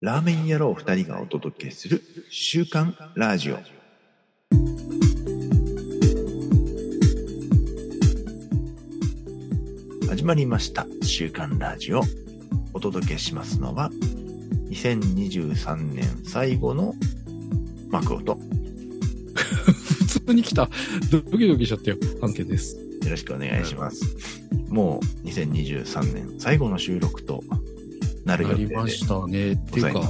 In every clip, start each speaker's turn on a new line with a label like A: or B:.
A: ラーメン野郎2人がお届けする「週刊ラジオ」始まりました「週刊ラジオ」お届けしますのは2023年最後のマクオとよ
B: 普通に来た。ドキドキしちゃったよ。半径です。
A: ろしくお願いしますもう2023年最後の収録となる
B: な
A: 予定
B: り
A: で
B: ましたね。って
A: ござ
B: いう
A: いま
B: か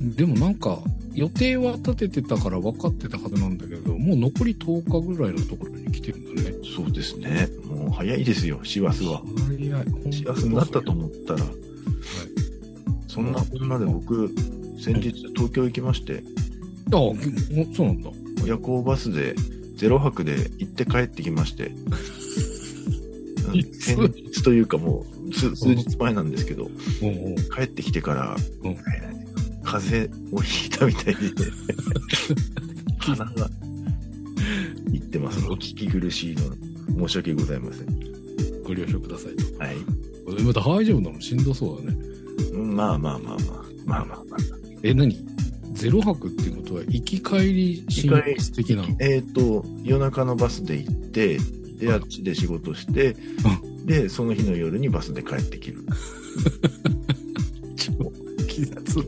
A: す、
B: でもなんか、予定は立ててたから分かってたはずなんだけど、もう残り10日ぐらいのところに来てるんだね。
A: そうですねもう早いですよ師走は
B: 早い。
A: 師走になったと思ったらそんなこんなで僕先日東京行きまして
B: 思う。ああ、そうなんだ。
A: 夜行バスでゼロ泊で行って帰ってきましてうん
B: いつ
A: 先日というかもう数数日前なんですけど
B: おうおう
A: 帰ってきてから、
B: うん
A: 風邪をひいたみたいで 鼻がいってますお聞き苦しいの申し訳ございません
B: ご了承くださいと。
A: はい
B: でも大丈夫なのしんどそうだね。
A: うんまあまあまあまあまあまあまあ
B: え、何ゼロ泊っていうことは、行き帰り新発的なの。
A: えっ、と、夜中のバスで行って、で、あっちで仕事して、で、その日の夜にバスで帰ってきる。
B: 超気絶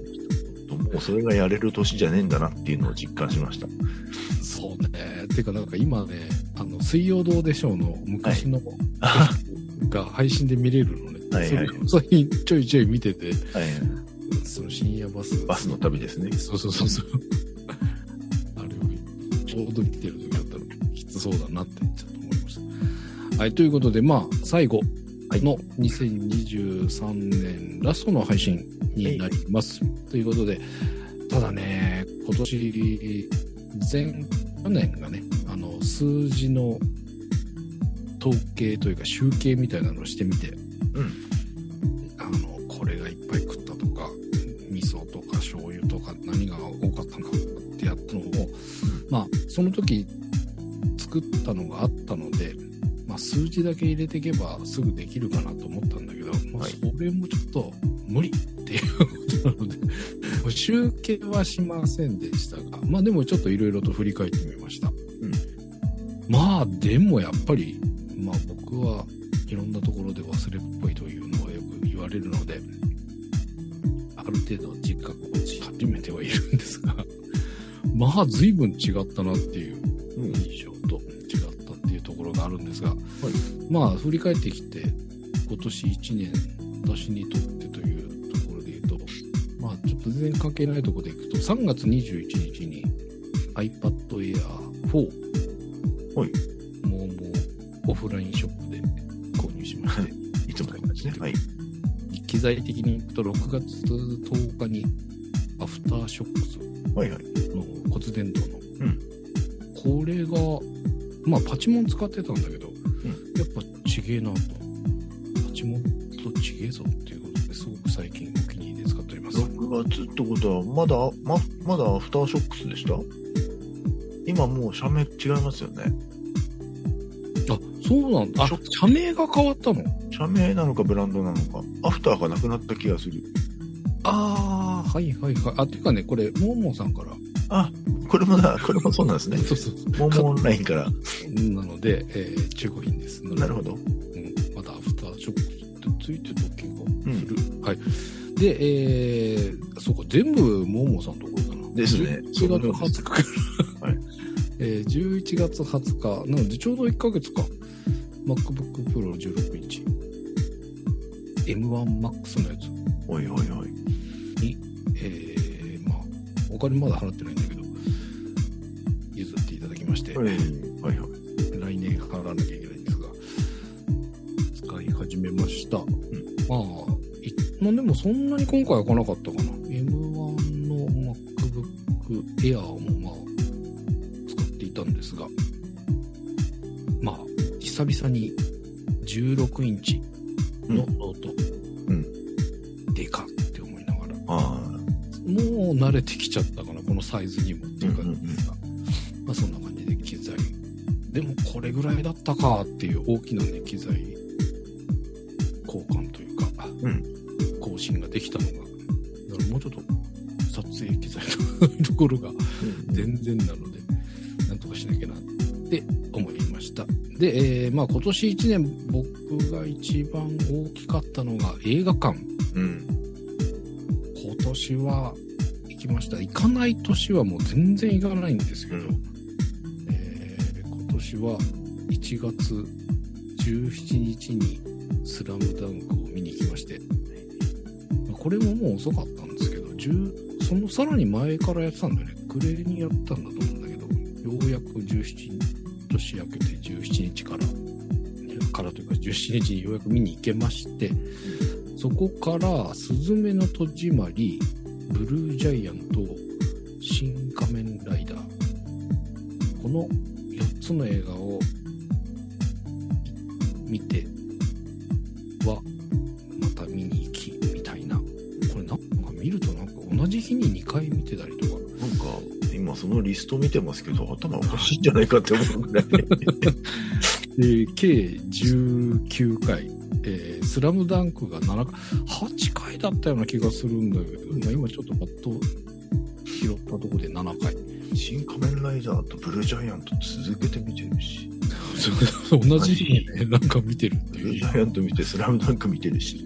A: もうそれがやれる年じゃねえんだなっていうのを実感しました。
B: そうね。てか、なんか今ね、あの、水曜どうでしょうの昔の、
A: は
B: が配信で見れるのね。
A: はいはい
B: それ最近ちょいちょい見てて、
A: い。
B: その深夜バス。
A: バスの旅ですね。
B: そうそうそうそう。あれを、ちょうど来てる時だったら、きつそうだなって、ちょっと思いました。はい、ということで、まあ、最後の2023年ラストの配信になります。ということで、ただね、今年、前去年がね、あの、数字の統計というか集計みたいなのをしてみて、
A: うん。
B: あのこれがいっぱい食ったとか味噌とか醤油とか何が多かったのかってやったのを、まあその時作ったのがあったので、まあ、数字だけ入れていけばすぐできるかなと思ったんだけど、まあ
A: はい
B: それもちょっと無理っていうことなので もう集計はしませんでしたがまあでもちょっといろいろと振り返ってみました、
A: ん
B: まあでもやっぱりまあ僕はいろんなところで忘れっぽいというのはよく言われるのである程度実覚をし始めてはいるんですがまあ随分違ったなっていう
A: うん。
B: 印象と違ったっていうところがあるんですが、まあ振り返ってきて今年1年私にとってというところで言うとまあちょっと全然関係ないところでいくと3月21日に iPad Air 4
A: はい
B: もうもうオフラインショップで購入しま して
A: いつものですね。はい。
B: 機材的に行くと6月10日にアフターショックス
A: はいはい。
B: の骨伝導の、
A: うん
B: これがまあパチモン使ってたんだけど、やっぱちげえなとパチモンとちげえぞっていうことですごく最近お気に入りで使っております
A: 6月ってことは、まだ、ま、まだアフターショックスでした今もう社名違いますよね。
B: あそうなんだあ社名が変わったの
A: 社名なのかブランドなのか。アフターがなくなった気がする。
B: ああはいはいはいあっていうかねこれモーモンさんから
A: あ、これもだ、これもそうなんですね。
B: そうそうそ
A: モンモンオンラインから。
B: うなので、えー中古品です
A: なるほど。
B: うん、まだアフターショックってついてた気がする、はいでえー、そうか全部ももさんのところだな
A: ですね
B: 11月20日から、
A: はい
B: えー、11月20日なのでちょうど1ヶ月か MacBookPro16 インチ M1MAX のやつ
A: おいおいおい。
B: えー、まあお金まだ払ってないんだけど譲っていただきまして、
A: はいはいはい。
B: 来年払わなきゃいけないんですが、使い始めました。まあ、いまあでもそんなに今回は来なかったかな。M1 の MacBook Air もまあ、使っていたんですが、まあ、久々に16インチのノート、
A: うん
B: でかって思いながら、
A: ああ、
B: もう慣れてきちゃったかな、このサイズにもっていう感じですが、まあそんな感じで機材、でもこれぐらいだったかっていう大きなね、機材交換というか、
A: うん
B: 更新ができたのが、もうちょっと撮影機材のところが全然なので、なんとかしなきゃなって思いました。で、えーまあ、今年1年、僕が一番大きかったのが映画館。
A: うん。
B: 今年は行きました。行かない年はもう全然行かないんですけど、
A: うん
B: えー今年は1月17日にスラムダンクを見に行きまして、まあこれももう遅かったんですけど、10そのさらに前からやってたんだよね。暮れにやったんだと思うんだけど、ようやく17年明けて17日から、からというか17日にようやく見に行けまして、そこから、スズメの戸締まり、ブルージャイアント、新仮面ライダー。この4つの映画を見ては、また見に行き、みたいな。これなんか見るとなんか同じ日に2回見てたりとか。
A: なんか、今そのリスト見てますけど、頭おかしいんじゃないかって思う ぐらい。
B: で計19回、えースラムダンクが7回8回だったような気がするんだけど、まあ今ちょっとパッと拾ったとこで7回
A: 新仮面ライダーとブルージャイアント続けて見てるし、
B: 同じ日に ねなんか見てるって
A: ブルー
B: い
A: ジ
B: う
A: ャイアント見て、スラムダンク見てるし。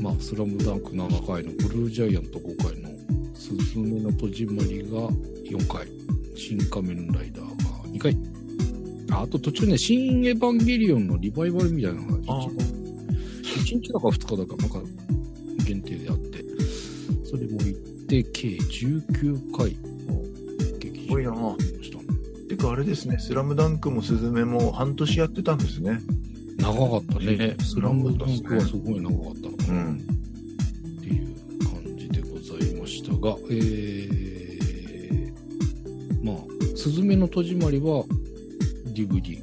B: まあ「スラムダンク7回の「ブルージャイアント5回の「すずめの戸締まり」が4回「新仮面ライダー」が2回ああと途中ね「新エヴァンゲリオン」のリバイバルみたいなのが1
A: あ
B: 回1日だか2日だか、なんか限定であって、それも行って、計19回、劇
A: 多いな
B: 行きました。
A: てかあれですね、スラムダンクもスズメも半年やってたんですね。
B: 長かったね。スラムダンクはすごい長かった。
A: うん
B: っていう感じでございましたが、えー、まあ、すずめの戸締まりは DVD、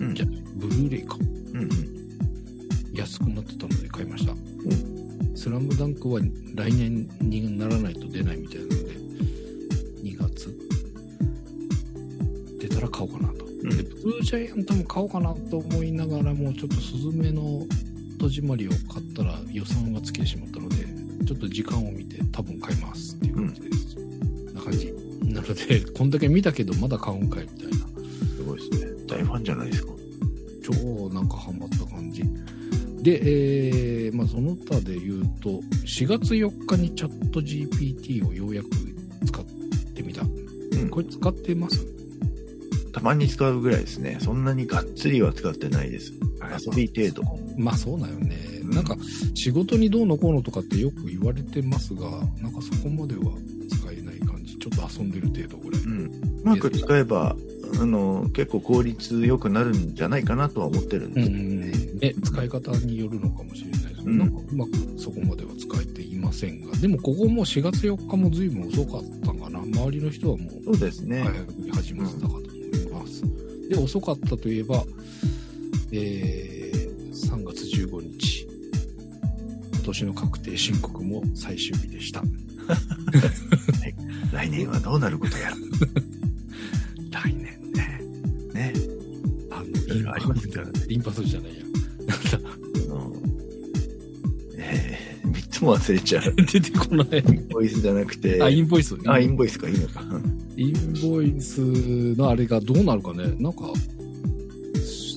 A: うん
B: じゃない、ブルーレイか。
A: うんうん。
B: 安くなってたので買いました「スラムダンクは来年にならないと出ないみたいなので2月出たら買おうかなと、
A: ん
B: でブルージャイアントも買おうかなと思いながらもちょっとスズメの戸締まりを買ったら予算が尽きてしまったのでちょっと時間を見て多分買いますっていう感じです、な感じなのでこんだけ見たけどまだ買うんかいみたいな
A: すごいですね。大ファンじゃないですか。
B: 超なんかハマった感じで、えーまあ、その他で言うと4月4日にチャット GPT をようやく使ってみた
A: うん
B: これ使ってます
A: たまに使うぐらいですね。そんなにがっつりは使ってないです。遊び程度。
B: まあそうだよね、
A: うん
B: なんか仕事にどうのこうのとかってよく言われてますがなんかそこまでは使えない感じちょっと遊んでる程度ぐらい、
A: うん。うまく使えば、あの、結構効率良くなるんじゃないかなとは思ってるん
B: う
A: で
B: ん
A: すけ
B: う
A: ど
B: ん
A: ね。
B: うんね、使い方によるのかもしれないですけど、
A: うん
B: なんかうまくそこまでは使えていませんがでもここも4月4日も随分遅かったかな周りの人はもう
A: そうですね。
B: 早くに始めてたかと思います、で遅かったといえば、えー3月15日今年の確定申告も最終日でした
A: 来年はどうなることやら。
B: 来年ね
A: ね。
B: あの
A: いろいろありますからね
B: インパスじゃないや なんだ
A: あの、えー、3つも忘れちゃう。
B: 出てこない
A: インボイスじゃなくて、
B: あインボイスね
A: あインボイスか、いいのか。うん
B: インボイスのあれがどうなるかね、なんか、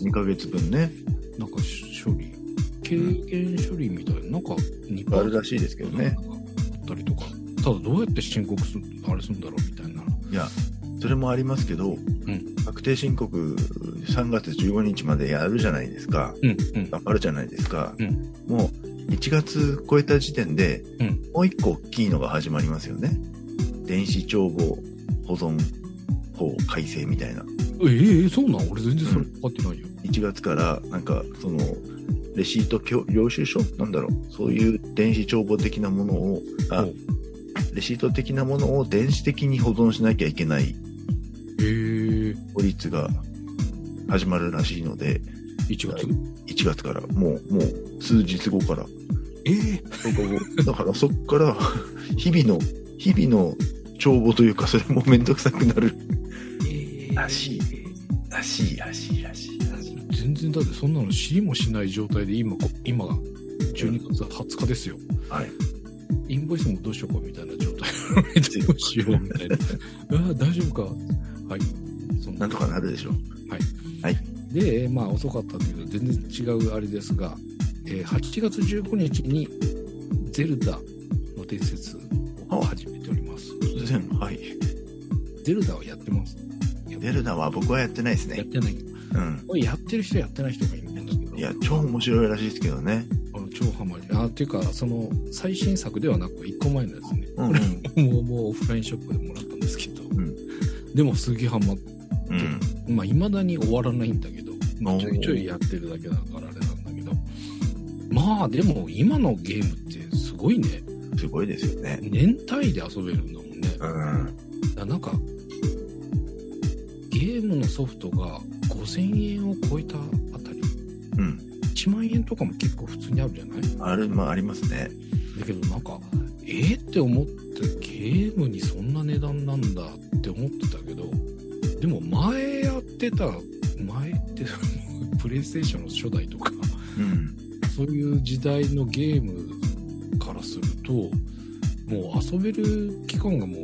A: 2ヶ月分ね、
B: なんか処理、経験処理みたいな、なんか2
A: あるらしいですけどね。
B: あったりとか、ただどうやって申告する、あれするんだろうみたいな。
A: いや、それもありますけど、確定申告3月15日までやるじゃないですか。
B: うん、うん。
A: 頑張るじゃないですか。
B: うん
A: もう1月超えた時点で、
B: うん
A: もう1個大きいのが始まりますよね。電子帳簿保存法改正みたいな。
B: ええそうなん俺全然それ分かってないよ。
A: 1月からなんかそのレシートきょ領収書なんだろうそういう電子帳簿的なものをあ
B: おう
A: レシート的なものを電子的に保存しなきゃいけない
B: ええー、
A: 法律が始まるらしいので
B: 1月、
A: 1月からもうもう数日後から
B: ええ
A: 10日後だからそっから 日々の日々の帳簿というかそれも面倒くさくなる
B: え
A: らしいらしいらしいらしいらしい
B: 全然だってそんなの知りもしない状態で今こ今12月20日ですよ。
A: はい。
B: インボイスもどうしようかみたいな状態なのにどうしよう みたいな。ああ、大丈夫か。はい。そん
A: なんとかなるでしょう。
B: で、まあ遅かったんだけど、全然違うあれですが、えー8月15日に、ゼルダの伝説を始めております。
A: 突然はい。
B: ゼルダはやってます。
A: デルダは僕はやってないです
B: やっ
A: ね。
B: てない。
A: うん。
B: これやってる人やってない人がいるんですけど。
A: いや、超面白いらしいですけどね。
B: あの超ハマり。あ、っていうか、その、最新作ではなく、1個前のやつね。
A: うんうん。
B: もう、もうオフラインショップでもらったんですけど。
A: ん
B: でも、すげえハマっ
A: うん。
B: まあ、未だに終わらないんだけど、まあ
A: おー
B: ちょいちょいやってるだけだからあれなんだけど。まあ、でも、今のゲームってすごいね。
A: すごいですよね。
B: 年単位で遊べるんだもんね。だか
A: うん。
B: らなんか、ゲームのソフトが5000円を超えたあたり、
A: うん。
B: 1万円とかも結構普通にあるじゃない
A: ある、まあ、ありますね。
B: だけどなんかえー、って思ってゲームにそんな値段なんだって思ってたけどでも前やってた前って そのプレイステーションの初代とか
A: うん。
B: そういう時代のゲームからするともう遊べる期間がもう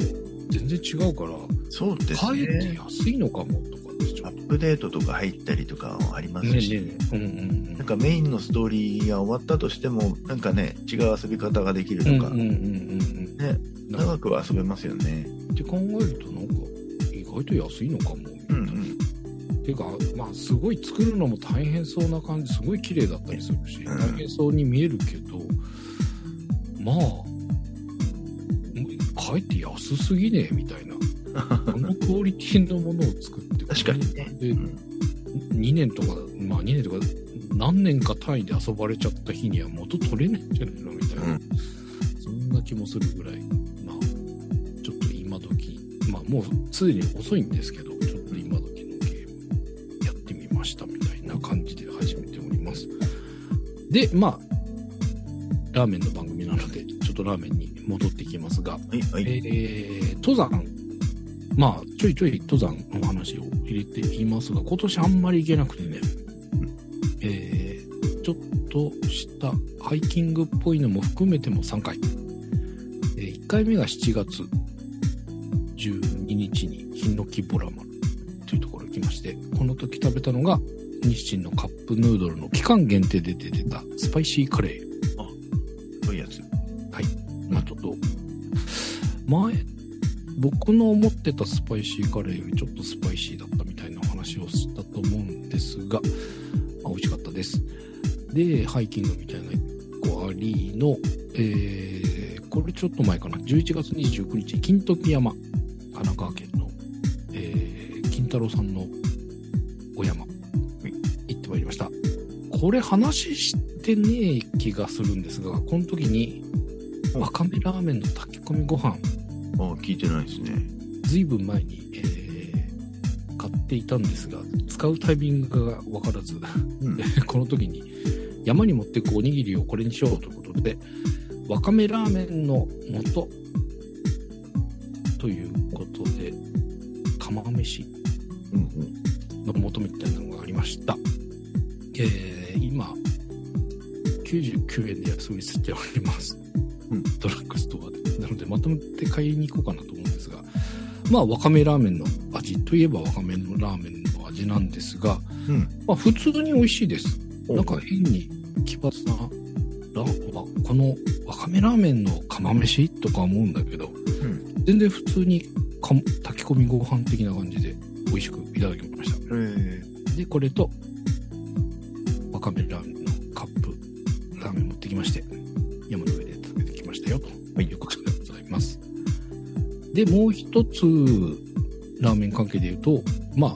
B: 全然違うから
A: そうで
B: か
A: す
B: えって
A: ね。
B: 安いのかもとかってち
A: ア
B: ょっ
A: ップデートとか入ったりとかもありま
B: とね
A: す
B: え
A: し、
B: ねえねえうんうんうん
A: なんかメインのストーリーが終わったとしても、なんかね、違う遊び方ができるとか、
B: うんうんうんうん
A: ね
B: うんなんか
A: 長くは遊べますよね。
B: って考えるとなんか意外と安いのかもみたいな。
A: うんうん。
B: ていうかまあすごい作るのも大変そうな感じすごい綺麗だったりするし、
A: うん
B: 大変そうに見えるけどまあかえって安すぎねえみ たいなこのクオリティのものを作って
A: 確かにね。
B: で
A: うん
B: 2年とかまあ2年とか何年か単位で遊ばれちゃった日には元取れないんじゃないのみたいな、
A: うん
B: そんな気もするぐらいまあちょっと今時まあもうすでに遅いんですけどちょっと今時のゲームやってみましたみたいな感じで始めておりますでまあラーメンの番組なのでちょっとラーメンに戻っていきますが
A: はい、は
B: え
A: い。
B: ー登山、まあ、ちょいちょい登山の話を入れていますが、今年あんまり行けなくてね、えーちょっとしたハイキングっぽいのも含めても3回。え1回目が7月12日にヒノキボラマルというところに来まして、この時食べたのが日清のカップヌードルの期間限定で出てたスパイシーカレー。
A: そういうやつ。
B: まあちょっと、前、僕の思ってたスパイシーカレーよりちょっとスパイシーだったみたいなお話をしたと思うんですが、まあ、美味しかったです。で、ハイキングみたいな1個ありの、えーこれちょっと前かな、11月29日、金時山、神奈川県の、えー金太郎さんのお山、行ってまいりました。これ話してねえ気がするんですが、この時に、
A: うん
B: わかめラーメンの炊き込みご飯、
A: ああ、聞いてないですね。
B: ずいぶん前に、えー買っていたんですが、使うタイミングがわからず、
A: うん
B: この時に、山に持ってくおにぎりをこれにしようということで、わかめラーメンの素、ということで、釜飯
A: うんうん。
B: の元みたいなのがありました。えー、今、99円で安売りしております。
A: うん
B: ドラッグストアで。なので、まとめて買いに行こうかなと思うんですが、まあ、わかめラーメンの味といえばわかめのラーメンの味なんですが、
A: うん
B: まあ、普通に美味しいです。
A: お
B: なんか変に奇抜な、ラわこのわかめラーメンの釜飯とか思うんだけど、
A: ん
B: 全然普通にかも炊き込みご飯的な感じで美味しくいただきました。
A: えー
B: で、これと、わかめラーメンのカップラーメン持ってきまして、山の上で食べてきましたよ、ということでございます。で、もう一つ、ラーメン関係で言うと、まあ、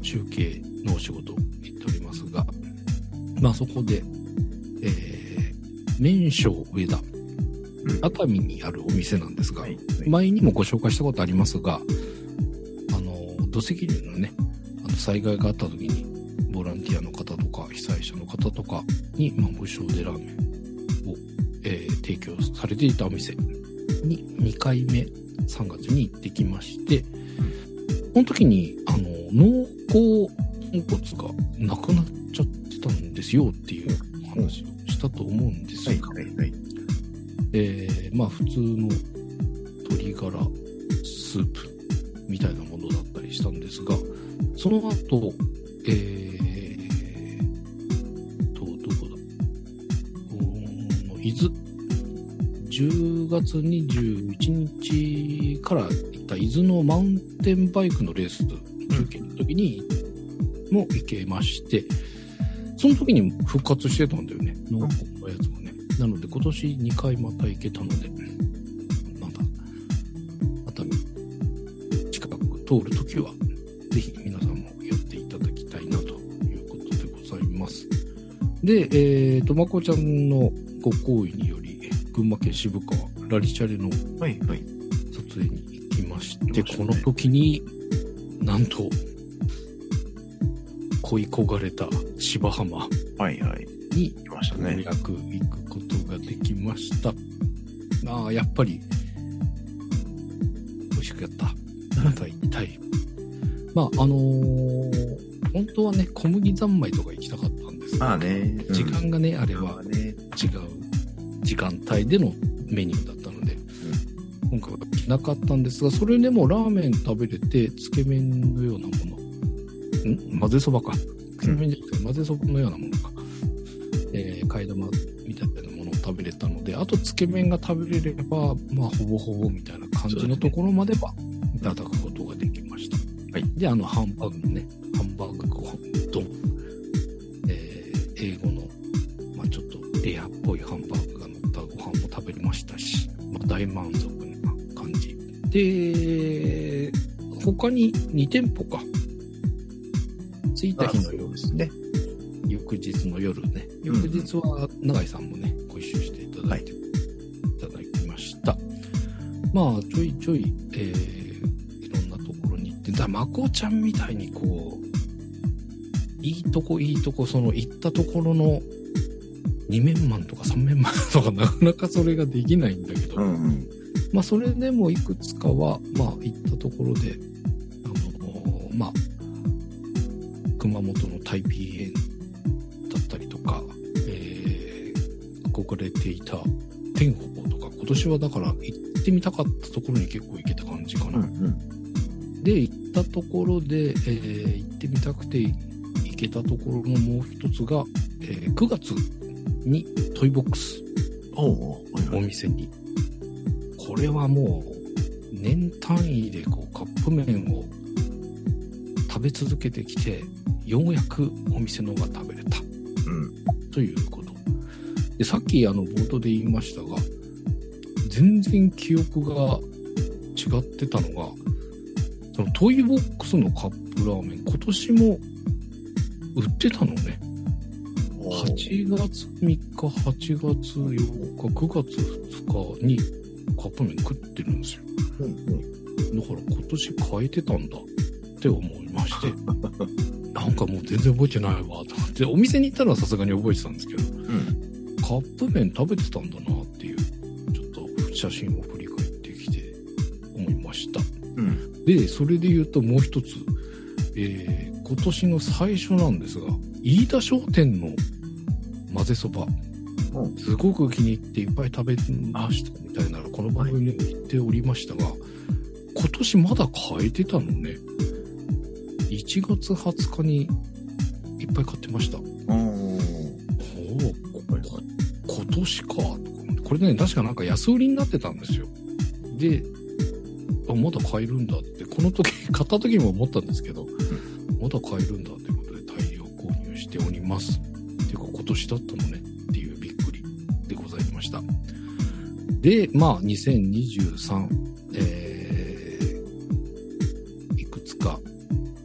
B: 中継のお仕事を行っておりますが、まあそこで、えー、麺匠上田、
A: うん
B: 熱海にあるお店なんですが、
A: はい。
B: 前にもご紹介したことありますが、あの、土石流のね、あの災害があった時に、ボランティアの方とか、被災者の方とかに、まあ、無償でラーメンを、えー提供されていたお店に2回目、3月に行ってきまして、この時に、あの、濃厚豚骨がなくなっちゃってたんですよっていうお話をししたと思うんです
A: はい
B: が、
A: はいはい。
B: えーまあ普通の鶏ガラスープみたいなものだったりしたんですがその後えーとどこだうーん伊豆10月21日から行った伊豆のマウンテンバイクのレース中継の時にも行けましてその時に復活してたんだよね濃厚のやつがねなので今年2回また行けたのでまた熱海近く通る時はぜひ皆さんも寄っていただきたいなということでございますでえーとまこちゃんのご好意により群馬県渋川ラリシャレの
A: はいはい。
B: 撮影に行きまして、
A: 行きました
B: こ
A: ね
B: の時になんと恋焦がれた芝浜
A: はいはい。
B: に
A: 来ました
B: よう
A: ね。
B: やく行くことができました、ああやっぱり美味しくやったまた行きたいまああのー本当はね小麦三昧とか行きたかったんです
A: まあね。
B: 時間がねあれは
A: はね。
B: 違う時間帯でのメニューだったので、今回は来なかったんですがそれでもラーメン食べれてつけ麺のようなものん混ぜそばかつけ麺じゃなくて混ぜそばのようなものか、えー替え玉みたいなものを食べれたのであとつけ麺が食べれればまあほぼほぼみたいな感じのところまではいただくことができました、
A: はい
B: であのハンバーグのねハンバーグご飯丼、えー英語のまあ、ちょっとレアっぽいハンバーグが乗ったご飯も食べれましたし、まあ、大満足な感じで他に2店舗か着いた日の
A: ようですね。
B: 翌日の夜ね翌
A: うん
B: 日は永井さんもねご一緒していただいて、い、ただきましたまあちょいちょい、えーいろんなところに行ってだからまこちゃんみたいにこういいとこいいとこその行ったところの2面マンとか3面マンとかなかなかそれができないんだけど、
A: うんうん。
B: まあ、それでもいくつかは、まあ、行ったところで、あのまあ、熊本のタイピー園だったりとか、えー憧れていた天保とか、今年はだから行ってみたかったところに結構行けた感じかな。
A: うんうん。
B: で行ったところで、えー行ってみたくて行けたところのもう一つが、えー9月にトイボックス
A: おおう。はいは
B: お
A: い。
B: 店に。これはもう、年単位でこうカップ麺を食べ続けてきて、ようやくお店のが食べれた
A: うん。
B: ということ。で、さっきあの冒頭で言いましたが、全然記憶が違ってたのが、そのトイボックスのカップラーメン、今年も売ってたのね。8月3日、8月4日、9月2日にカップ麺食ってるんですよ。
A: うんうん。
B: だから今年変えてたんだって思いまして、なんかもう全然覚えてないわと思って、お店に行ったのはさすがに覚えてたんですけど、
A: うん。
B: カップ麺食べてたんだなっていう、ちょっと写真を振り返ってきて思いました。
A: うん。
B: で、それで言うともう一つ、えー今年の最初なんですが、飯田商店の混ぜそば、
A: うん
B: すごく気に入っていっぱい食べましたみたいなのこの番組でも言っておりましたが、今年まだ買えてたのね。1月20日にいっぱい買ってました。
A: おー
B: おお、こ今年かとか思って。これね、確かなんか安売りになってたんですよ。で、あ、まだ買えるんだって、この時、 買った時も思ったんですけど、まだ買えるんだってことで大量購入しております。っていうか、今年だったのねっていうびっくりでございました。で、まあ、2023、えー、いくつか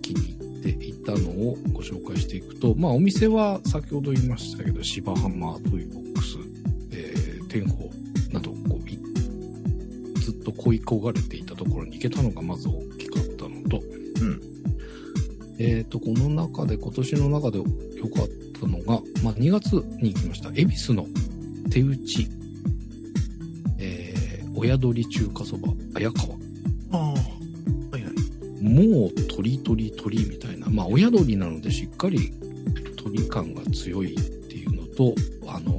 B: 気に入っていたのをご紹介していくと、まあ、お店は先ほど言いましたけど、芝浜トイボックス、えー、天保などこういずっと恋焦がれていたところに行けたのがまず大きかったのと、
A: うん
B: えっ、と、この中で、今年の中で良かったのが、まあ、2月に行きました、恵比寿の手打ち、えー、親鳥中華そば、綾川。
A: ああ。はいはい。
B: もう鳥鳥鳥みたいな、まあ、親鳥なのでしっかり鳥感が強いっていうのと、あの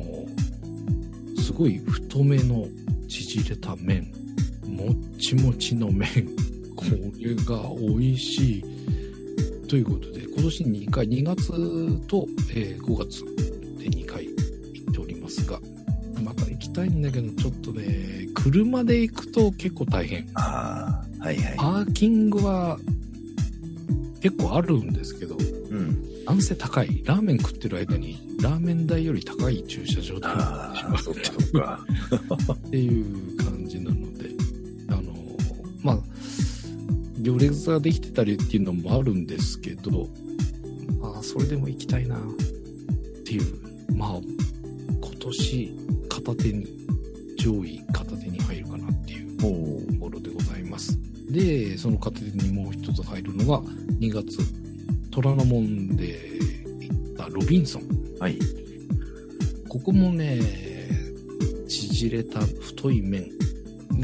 B: ごい太めの縮れた麺もっちもちの麺これが美味しいということで今年2回2月と、えー5月で2回行っておりますがまた行きたいんだけどちょっとね車で行くと結構大変
A: ああ、はいはい。
B: パーキングは結構あるんですけど
A: うん。
B: なんせ高いラーメン食ってる間にラーメン代より高い駐車場で
A: ああ、そっかそっか。
B: っていう感じなのであのまあ行列ができてたりっていうのもあるんですけどまあそれでも行きたいなっていうまあ今年片手に上位片手に入るかなっていう
A: おお
B: ところでございますでその片手にもう一つ入るのが2月虎ノ門で行ったロビンソン
A: はい。
B: ここもね、縮れた太い麺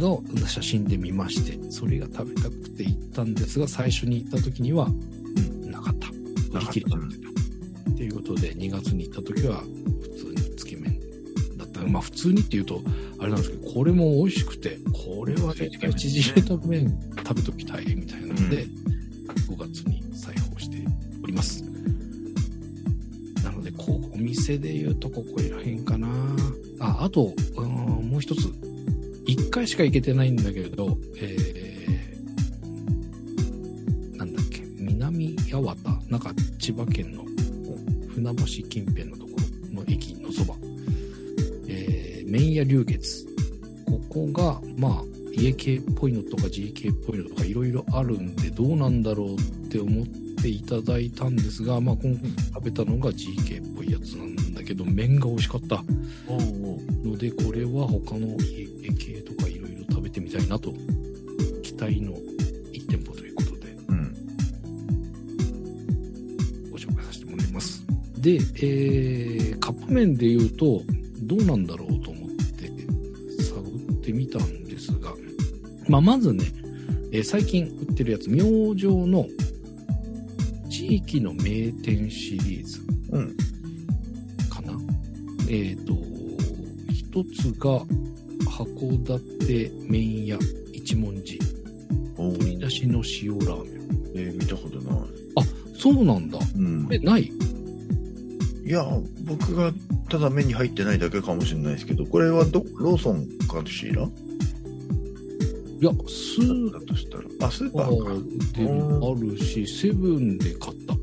B: を写真で見まして、それが食べたくて行ったんですが、最初に行った時には、うんなかった。売り切れちゃってた。ということで、2月に行った時は、普通につけ麺だった。まあ、普通にっていうと、あれなんですけど、これも美味しくて、これは絶対縮れた麺食べときたいみたいなので、5月に再訪しております。なので、こう、お店で言うとここら辺かな。あ、あと、うーんもう一つ。一回しか行けてないんだけれど、えー、なんだっけ、南八幡、なんか千葉県の船橋近辺のところの駅のそば、えー、麺屋流月。ここが、まあ、家系っぽいのとか G 系っぽいのとかいろいろあるんで、どうなんだろうって思っていただいたんですが、まあ、今食べたのが GK っぽいやつなんだけど麺が美味しかった
A: おお
B: のでこれは他の家系とかいろいろ食べてみたいなと期待の1店舗ということで
A: うん。
B: ご紹介させてもらいますで、えー、カップ麺で言うとどうなんだろうと思って探ってみたんですが、まあ、まずね、えー最近売ってるやつ明星の地域の名店シリーズ
A: うん。
B: かな。えっ、と、一つが函館麺屋一文字、
A: おお。
B: 鶏だしの塩ラーメン。
A: えー見たことない。
B: そうなんだ。
A: うん
B: え、ない
A: いや、僕がただ目に入ってないだけかもしれないですけど、これはどローソンかシーラ
B: いや、スー
A: だとしたら。あ、スー
B: パ
A: パーか。
B: ーでもあるし、セブンで買った。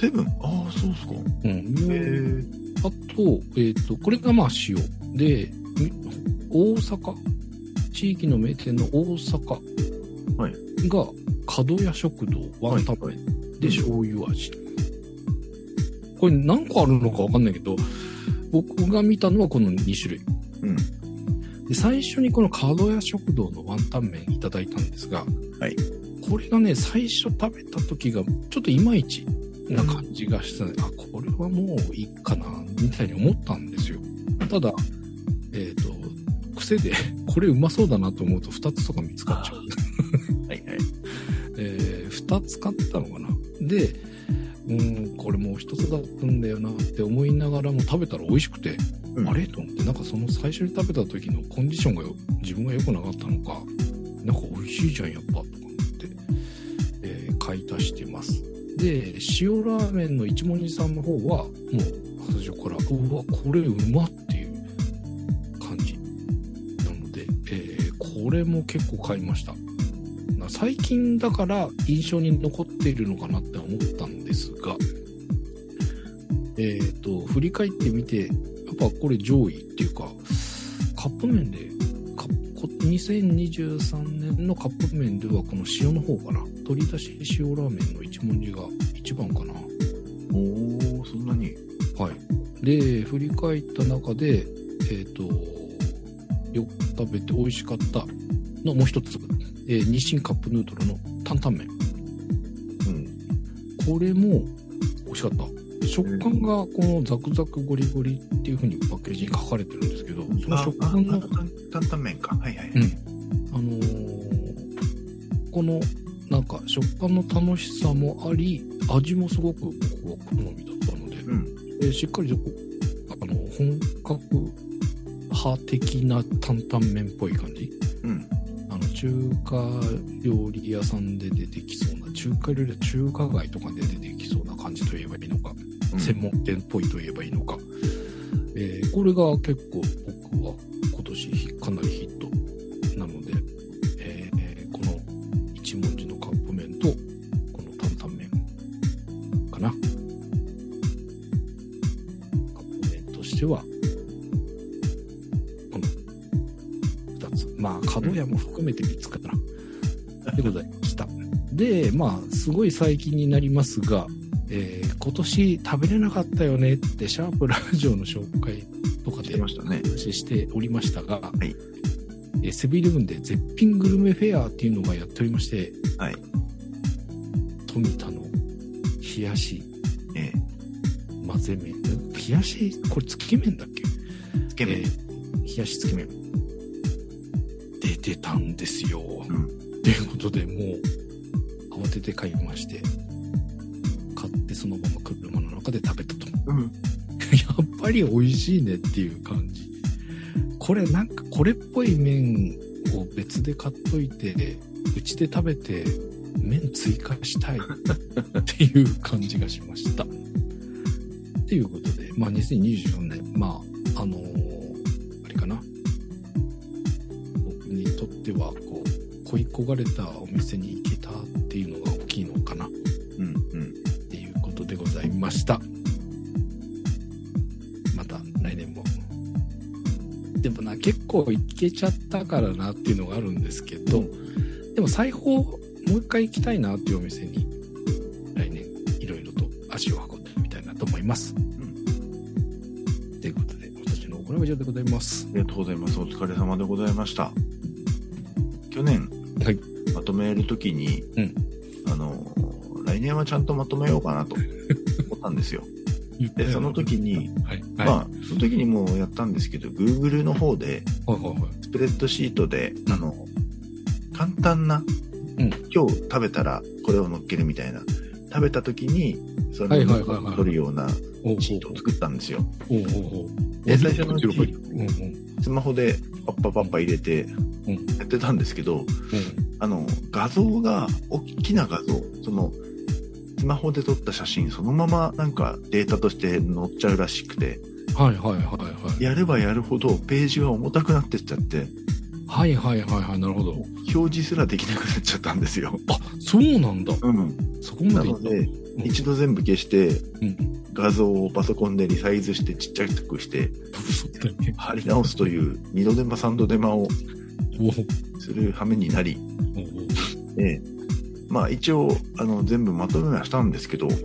A: セブンああ、そうっすか。
B: うん。
A: へえ。
B: あと、えっ、と、これがまあ塩。で、み大阪、地域の名店の大阪
A: はい
B: が、角屋食堂ワンタン麺
A: はい
B: で醤油味。これ何個あるのかわかんないけど、僕が見たのはこの2種類。
A: うん。
B: で、最初にこの角屋食堂のワンタン麺いただいたんですが、
A: はい
B: これがね、最初食べた時がちょっといまいちな感じがしたので、あ、これはもういいかな、みたいに思ったんですよ。ただ、えっ、と、癖で、これうまそうだなと思うと2つとか見つかっちゃう。
A: はいはい。
B: えー、2つ買ってたのかなでうんこれもう1つだったんだよなって思いながらも食べたら美味しくて、
A: うん
B: あれと思ってなんかその最初に食べた時のコンディションがよ自分が良くなかったのかなんか美味しいじゃんやっぱとか思って、えー買い足してますで塩ラーメンの一文字さんの方はもう最初からうわこれうまっていう感じなので、えーこれも結構買いましたな最近だから印象に残っているのかなって思ったんですがえっ、と振り返ってみてやっぱこれ上位っていうかカップ麺でカップこ2023年のカップ麺ではこの塩の方かな鶏だし塩ラーメンの一文字が一番かな
A: おお、そんなに。
B: はい、で振り返った中で、えー、とよく食べて美味しかったのもう一つ、えー日清カップヌードルの担々麺
A: うん。
B: これも美味しかった食感がこのザクザクゴリゴリっていう風にパッケージに書かれてるんですけどその
A: あ
B: 食
A: あ
B: 感の
A: 担々麺か。はいはい。
B: うんあのーこのなんか食感の楽しさもあり味もすごく僕は好みだったので
A: うん。
B: えーしっかりとこうあの本格派的な担々麺っぽい感じ
A: うん。
B: あの中華料理屋さんで出てきそうな中華料理は中華街とかで出てきそうな感じといえばいいのか、
A: うん
B: 専門店っぽいといえばいいのか、えーこれが結構僕は今年ひかなりヒットなので、えーえーこの一文字のカップ麺とこの担々麺かなカップ麺としてはこの2つまあ角屋も含めて3つかな、でございましたでまあすごい最近になりますが、えー今年食べれなかったよねってシャープラジオの紹介とか
A: 来
B: で
A: てましたね。
B: 話しておりましたが、
A: い
B: えーセブンイレブンで絶品グルメフェアっていうのがやっておりまして、
A: はい
B: 富田の冷やし
A: え
B: 混ぜ麺冷やしこれつけ麺だっけ
A: えつけ麺。
B: えー冷やしつけ麺出てたんですよ、
A: ん
B: っていうことでもう慌てて買いまして買ってそのまま車の中で食べたと
A: うん。
B: やっぱり美味しいねっていう感じこれなんかこれっぽい麺を別で買っといてうちで食べて麺追加したいっていう感じがしましたっていうことで、まあ、2024年まああのーあれかな僕にとってはこう恋焦がれたお店に行けたっていうのが大きいのかなっ
A: うん。うん。
B: ていうことでございましたまた来年もでもな結構行けちゃったからなっていうのがあるんですけど、でも裁縫もう一回行きたいなっていうお店に来年いろいろと足を運んでみたいなと思います。ということで私のおこれは以上でございます
A: あ。りがとうございます。お疲れ様でございました。去年、
B: はい
A: まとめるときに、
B: うん
A: あの、来年はちゃんとまとめようかな と思ったんですよ。で、その時に、
B: はい、はい、
A: まあ、その時にもうやったんですけど、Google の方で、
B: はいはいはい
A: スプレッドシートで、あの、簡単な、
B: うん
A: 今日食べたらこれを乗っけるみたいな、食べた時に、そ
B: は
A: れ
B: い
A: を
B: はいはいはい
A: 取るような
B: おうおう
A: シートを作ったんですよ。
B: おうおうおう
A: で最初のうち
B: うんうんうん
A: スマホでパッパパッパ入れて
B: うん
A: やってたんですけど、あの、画像が、大きな画像、その、スマホで撮った写真そのままなんかデータとして載っちゃうらしくて、
B: はいはいはいはい
A: やればやるほどページが重たくなってっちゃって、
B: はいはいはいはいなるほど
A: 表示すらできなくなっちゃったんですよ。
B: あそうなんだ
A: うん。
B: そこまで行った
A: なので
B: うん
A: 一度全部消して、
B: うん
A: 画像をパソコンでリサイズしてちっちゃくして
B: そうだよね
A: 貼り直すという二度手間三度手間を
B: おう
A: する羽目になり、
B: おうおう
A: ええまあ一応あの全部まとめはしたんですけど
B: す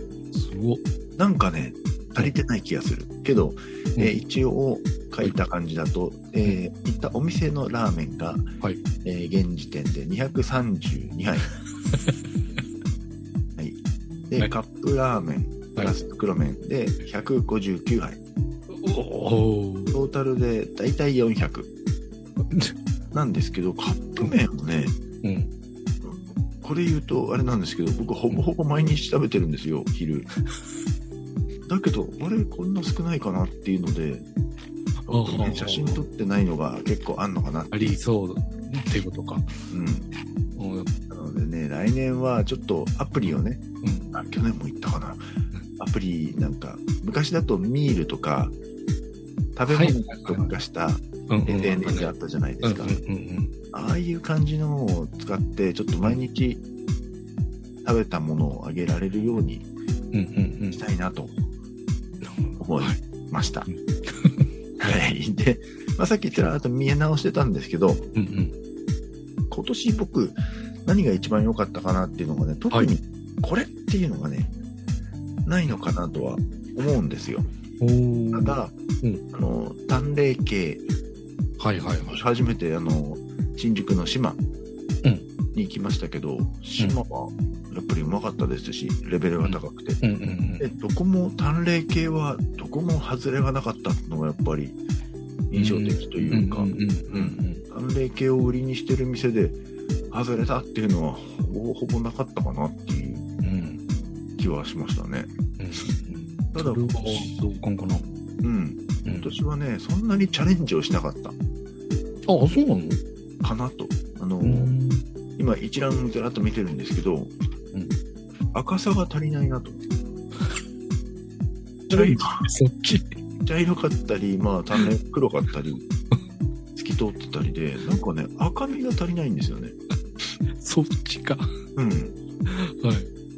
B: ごっ
A: なんかね足りてない気がするけど、
B: うん
A: ええ一応書いた感じだと、ええ行ったお店のラーメンが、
B: はい
A: ええ現時点で232杯 はいで、
B: はい
A: カップラーメンプラス袋麺で159杯
B: おお
A: トータルで大体400なんですけどカップ麺をね
B: うん
A: これ言うとあれなんですけど僕ほぼほぼ毎日食べてるんですよ昼だけどあれこんな少ないかなっていうので、ね写真撮ってないのが結構あんのかな
B: ありそうってことか
A: うん
B: うん
A: なのでね来年はちょっとアプリをね、
B: う
A: あ去年も言ったかなアプリなんか昔だとミールとか食べ物とかした
B: うんうん
A: SNS があったじゃないですか、
B: うんうん
A: ああいう感じのを使って、ちょっと毎日食べたものをあげられるように
B: うんうんうん
A: したいなと
B: うん
A: 思い
B: はい
A: ました。
B: う
A: はい。で、まあ、さっきちらっと見え直してたんですけど、
B: うんうん
A: 今年僕、何が一番良かったかなっていうのがね、特にこれっていうのがね、ないのかなとは思うんですよ。
B: おー
A: ただ、
B: うん
A: あの、淡麗系、
B: はいはいはい
A: 初めてあの新宿の島
B: うん
A: に行きましたけど、島はやっぱりうまかったですしレベルが高くて、
B: うんうん
A: でどこも淡麗系はどこも外れがなかったのがやっぱり印象的と
B: うん
A: いうか、
B: うんうんうん
A: 淡麗系を売りにしてる店で外れたっていうのはほぼほぼなかったかなっていう
B: うんうんうん
A: 気はしましたね
B: うん
A: た
B: そ
A: だ
B: れはどうかんかな
A: うん、
B: うん、
A: 今年はね、そんなにチャレンジをしなかった
B: あ、そうなの
A: かなと。あの、
B: うん
A: 今一覧ずらっと見てるんですけど、
B: ん
A: 赤さが足りないな と。
B: そ
A: 茶
B: れ
A: 色
B: そっち。
A: 茶色かったり、まあ、単純黒かった り、透き通ってたりで、なんかね、赤みが足りないんですよね。
B: そっちか。は
A: うん。
B: い。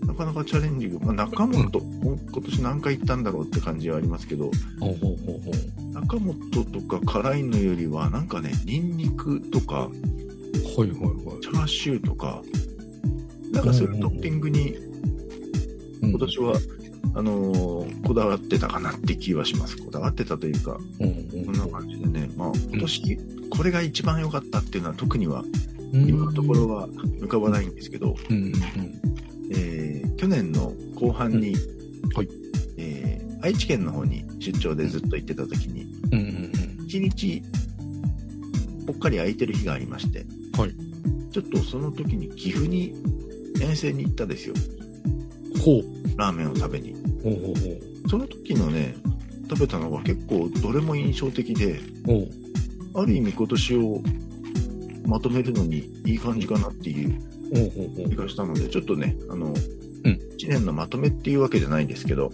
A: なかなかチャレンジング、まあ、中本、今年何回行ったんだろうって感じはありますけど、
B: ほうほうほうほ
A: 中本とか辛いのよりは、なんかね、ニンニクとか、
B: う。はいはいはい。
A: チャーシューとか、なんかそういうトッピングに
B: うん
A: 今年は、あのーこだわってたかなって気はします。こだわってたというか、
B: うんう
A: こ
B: ん
A: んな感じでね、まあ、今年、これが一番良かったっていうのは特には
B: うん
A: 今のところは浮かばないんですけど、
B: うんうんうん。
A: えー去年の後半に、
B: はい
A: えー愛知県の方に出張でずっと行ってた時に
B: うんうんうん。
A: 1日ぽっかり空いてる日がありまして、
B: はい
A: ちょっとその時に岐阜に遠征に行ったですよ
B: ほう。
A: ラーメンを食べに
B: ほうほう
A: その時のね食べたのが結構どれも印象的で
B: ほう。ほう。
A: ある意味今年をまとめるのにいい感じかなっていう
B: ほうほうほう
A: 気。がしたので、ちょっとね、あの、
B: うん
A: 1年のまとめっていうわけじゃないんですけど、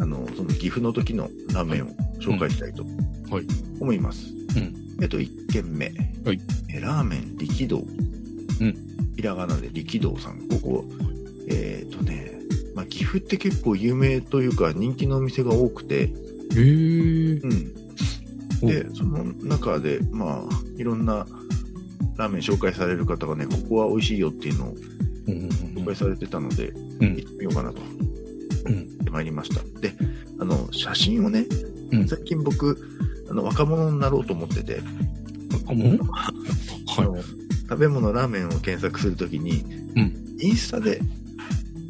A: あの、その岐阜の時のラーメンを紹介したいと
B: んはい
A: 思います。
B: うん
A: えっと、1軒目。
B: はい
A: えラーメン力道。
B: うん
A: ひらがなで力道さん。ここ、えっ、とね、まあ、岐阜って結構有名というか人気のお店が多くて、
B: へえ。
A: うん。で、その中で、まあ、いろんなラーメン紹介される方がね、ここは美味しいよっていうのを
B: うんうんう
A: 紹
B: ん
A: 介されてたので、
B: うん
A: 行ってみようかなと。
B: うん
A: 行ってまいりました。で、あの、写真をね、
B: うん
A: 最近僕、あの、若者になろうと思ってて、
B: あ、もう
A: あ
B: は
A: の食べ物、ラーメンを検索するときに、
B: うん
A: インスタで、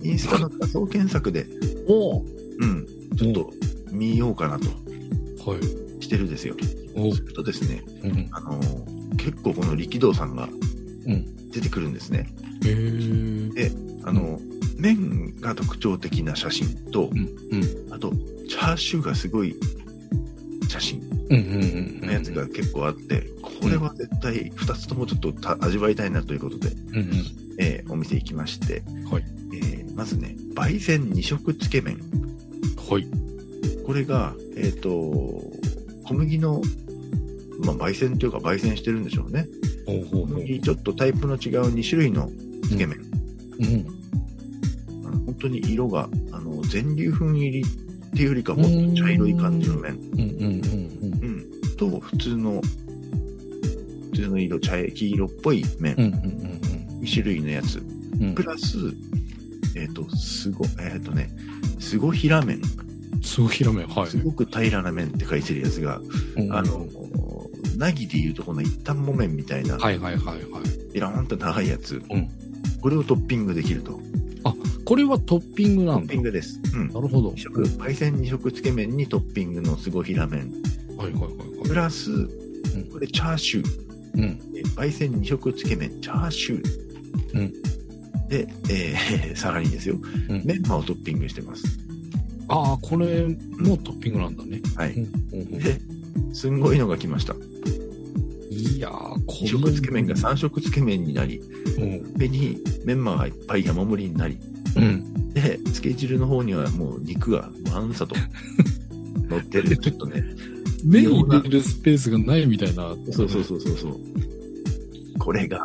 A: インスタの画像検索で、
B: い。おお。
A: うん、ちょっと見ようかなと
B: はい。
A: してるんですよ。
B: おお
A: す。るとですね、
B: うん。
A: あの結構この力道さんが
B: うん
A: 出てくるんですね。
B: へえ。うん
A: あの、麺が特徴的な写真と、
B: うん。
A: あと、チャーシューがすごい写真
B: うんうんうん。
A: のやつが。結構あって、これは絶対2つともちょっとた味わいたいなということで、
B: うんうん。
A: えーお店行きまして、
B: はい
A: えーまずね、焙煎二色つけ麺。
B: はい。
A: これが、えっ、と、小麦の、まあ、焙煎というか焙煎してるんでしょうね。
B: ほうほう
A: 小
B: ほう。
A: 麦ちょっとタイプの違う2種類のつけ麺。
B: うん。
A: あの本当に色が、あの、全粒粉入りっていうよりかもっと茶色い感じの麺。
B: うんうんうん
A: うん、と普通の普通の色茶黄色っぽい麺、
B: うん。うんうん
A: 2種類のやつ
B: うんうん
A: プ。ラスえっ、とすごえっ、とねすご平麺
B: すごいひらめ。はい。
A: すごく平らな麺って書いてるやつが、
B: うん
A: あのなぎでいうとこの一旦木麺みたいな
B: はいはいはいはい。
A: いらんと長いやつ、
B: うん
A: これをトッピングできると
B: これはトッピングな
A: ト
B: ん
A: ッ
B: だ
A: ピ。ングです、うん、
B: なるほど。はい
A: 2色海鮮2色つけ麺にトッピングのすご平麺
B: はいはいはい
A: プ。ラスこれチャーシュー
B: うん。
A: えー焙煎二色つけ麺チャーシュー、
B: うん
A: で、えー さらにですよ、
B: うん
A: メンマをトッピングしてます
B: ああ、これもトッピングなんだね。
A: はい
B: うんうんうん
A: ですんごいのが来ました
B: いやー、こ
A: 二色つけ麺が三色つけ麺になり
B: うん。
A: 上にメンマがいっぱい山盛りになり
B: うん。
A: でつけ汁の方にはもう肉がまんさ と乗ってるちょっとね
B: 目を入れるスペースがないみたいな。
A: そうそうそうそうそうこれが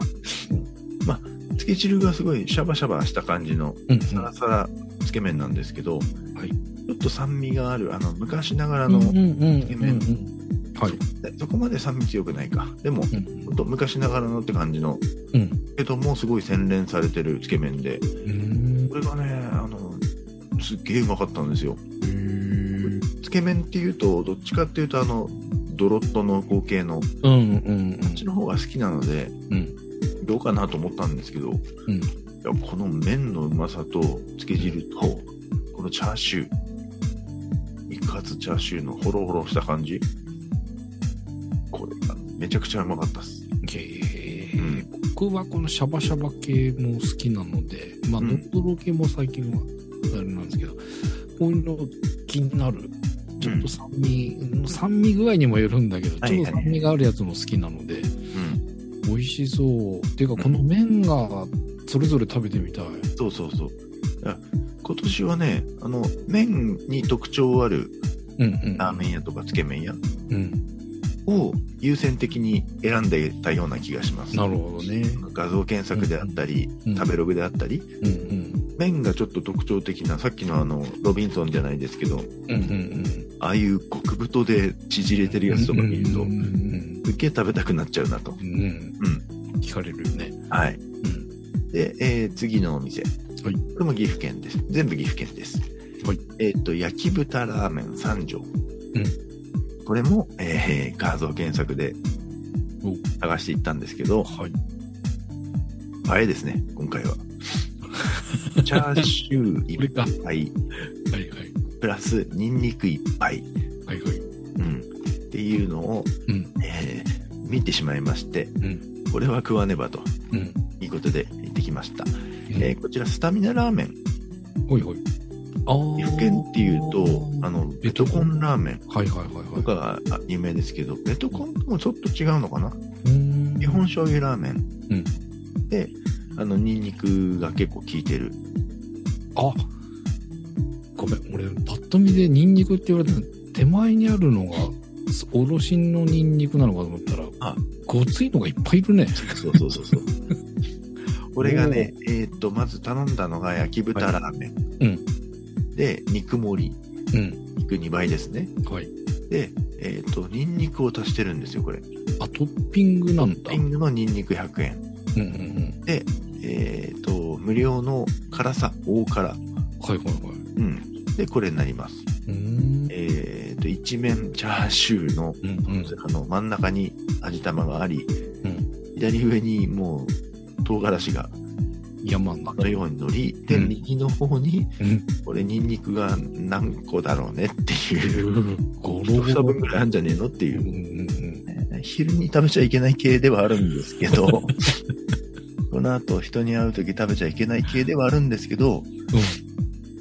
A: まあつけ汁がすごいシャバシャバした感じの
B: うん。
A: サラサラつけ麺なんですけど、
B: はい
A: ちょっと酸味があるあの昔ながら
B: あ
A: の、
B: うんうんうん
A: つけ
B: うん
A: 麺
B: はい。
A: でそこまで酸味強くないかでも
B: う
A: ほんと昔ながらのって感じの
B: ん。
A: けどもうすごい洗練されてるつけ麺で
B: うん。
A: これがねあのすっげえうまかったんですよ
B: うん。
A: つけ麺っていうとどっちかっていうとあのドロッと濃厚系のこ
B: うんうんうん。
A: っちの方が好きなので
B: うん。
A: どうかなと思ったんですけど、
B: うん
A: いやこの麺のうまさとつけ汁とこのチャーシューいかつチャーシューのホロホロした感じこれがめちゃくちゃうまかったっす
B: へ
A: う
B: ー
A: ん
B: 僕はこのシャバシャバ系も好きなので、まあ、
A: うん
B: ドロドロ系も最近はあれなんですけど、こういうの気になる。ちょっと酸味、酸味具合にもよるんだけど、
A: はい
B: ち
A: はいはい
B: ょっと酸味があるやつも好きなので、
A: うん。
B: 美味しそう。ていうか、この麺がそれぞれ食べてみたい。
A: そうそうそう。いや今年はね、あの、麺に特徴ある
B: うんうん。
A: ラーメン屋とかつけ麺屋
B: うん。
A: を優先的に選んでたような気がします。
B: なるほどね。
A: 画像検索であったり、
B: うん
A: 食べログであったり、
B: うんうん。
A: 麺がちょっと特徴的な、さっきのあの、ロビンソンじゃないですけど、
B: うんうんうん。
A: ああいう極太で縮れてるやつとか見ると
B: うんう、ん
A: すっげえ食べたくなっちゃうなと。
B: うん。うん
A: うん。
B: 聞かれるよね。
A: はい。
B: うん。
A: で、えー次のお店。
B: はい
A: これも岐阜県です。全部岐阜県です。
B: はい
A: えーっと、焼き豚ラーメン三条。これも、えー画像検索で
B: お
A: 探していったんですけど、
B: はい。
A: あれですね、今 回は。チャーシュー
B: これ
A: い
B: か。は
A: っぱい、
B: いはい。
A: プラスニンニクいっぱい、
B: はいはい。
A: うん、っていうのを、
B: うん
A: えー見てしまいまして、
B: うん
A: これは食わねばと
B: うん。
A: いうことで行ってきました。え
B: え
A: ーこちらスタミナラーメン。
B: ほいほい。ああ。
A: 岐阜県っていうと、あの、ベトコンラーメン
B: はいはいはいはい。
A: とかが有名ですけど、ベトコンともちょっと違うのかな
B: 日
A: 日本醤油ラーメン。
B: うん
A: で、あの、ニンニクが結構効いてる。
B: あごめん俺パッと見でニンニクって言われたの手前にあるのがおろしのニンニクなのかと思ったら
A: あ
B: ごついのがいっぱいいるね
A: そうそうそうそう。 俺がね、えーっと、まず頼んだのが焼き豚ラーメン。
B: いう
A: で、肉盛り。
B: うん
A: 肉2倍ですね。
B: はい
A: で、えーっと、ニンニクを足してるんですよ、これ。
B: あトッピングなんだ
A: リングのニンニク100円。
B: うんうんうん
A: えーっと、無料の辛さ、大辛。
B: はいはいはい
A: うん。で、これになります。
B: うーん
A: えー、と一面チャーシューの,、
B: うんうん
A: あの真ん中に味玉があり、
B: ん
A: 左上にもう唐辛子が
B: 山の
A: あのように乗りで、
B: うん
A: 右の方に
B: うん
A: これニンニクが何個だろうねっていう
B: ゴロ
A: 1
B: ゴロ
A: 房分ぐらいあるんじゃねえのってい
B: うんう
A: うん
B: うん
A: 昼に食べちゃいけない系ではあるんですけど この後人に会う時食べちゃいけない系ではあるんですけど